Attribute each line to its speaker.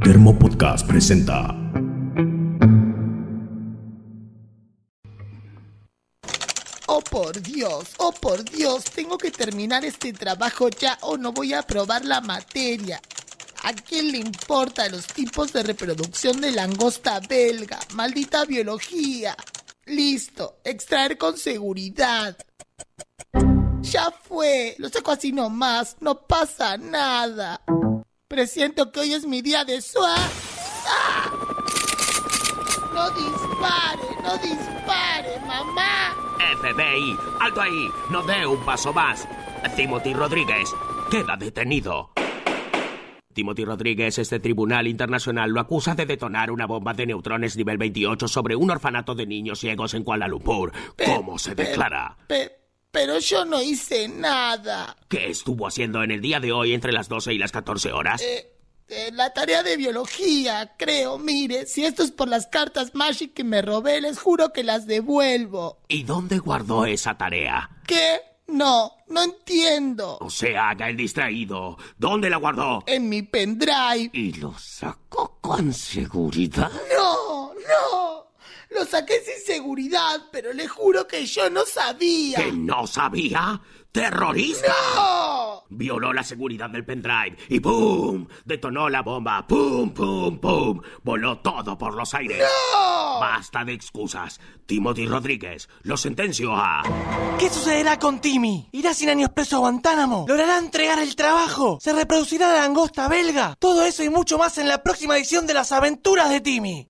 Speaker 1: Termo Podcast presenta.
Speaker 2: Oh por Dios, oh por Dios, tengo que terminar este trabajo ya o no voy a aprobar la materia. ¿A quién le importa los tipos de reproducción de langosta belga? Maldita biología. Listo, extraer con seguridad. Ya fue, lo saco así nomás, no pasa nada. Presiento que hoy es mi día de SUA. ¡Ah! No dispare, no dispare, mamá.
Speaker 3: FBI, alto ahí, no dé un paso más. Timothy Rodríguez, queda detenido. Timothy Rodríguez, este tribunal internacional lo acusa de detonar una bomba de neutrones nivel 28 sobre un orfanato de niños ciegos en Kuala Lumpur. ¿Cómo se declara?
Speaker 2: Pe- pero yo no hice nada.
Speaker 3: ¿Qué estuvo haciendo en el día de hoy entre las 12 y las 14 horas?
Speaker 2: Eh, eh, la tarea de biología, creo, mire, si esto es por las cartas Magic que me robé, les juro que las devuelvo.
Speaker 3: ¿Y dónde guardó esa tarea?
Speaker 2: ¿Qué? No, no entiendo.
Speaker 3: No se haga el distraído. ¿Dónde la guardó?
Speaker 2: En mi pendrive.
Speaker 3: ¿Y lo sacó con seguridad?
Speaker 2: No, no. Lo saqué sin seguridad, pero le juro que yo no sabía.
Speaker 3: ¿Que no sabía? ¡Terrorista!
Speaker 2: ¡No!
Speaker 3: Violó la seguridad del pendrive y ¡pum! Detonó la bomba. ¡Pum, pum, pum! Voló todo por los aires.
Speaker 2: ¡No!
Speaker 3: Basta de excusas. Timothy Rodríguez, lo sentencio a...
Speaker 4: ¿Qué sucederá con Timmy? ¿Irá sin años preso a Guantánamo? ¿Logrará entregar el trabajo? ¿Se reproducirá la langosta belga? Todo eso y mucho más en la próxima edición de las aventuras de Timmy.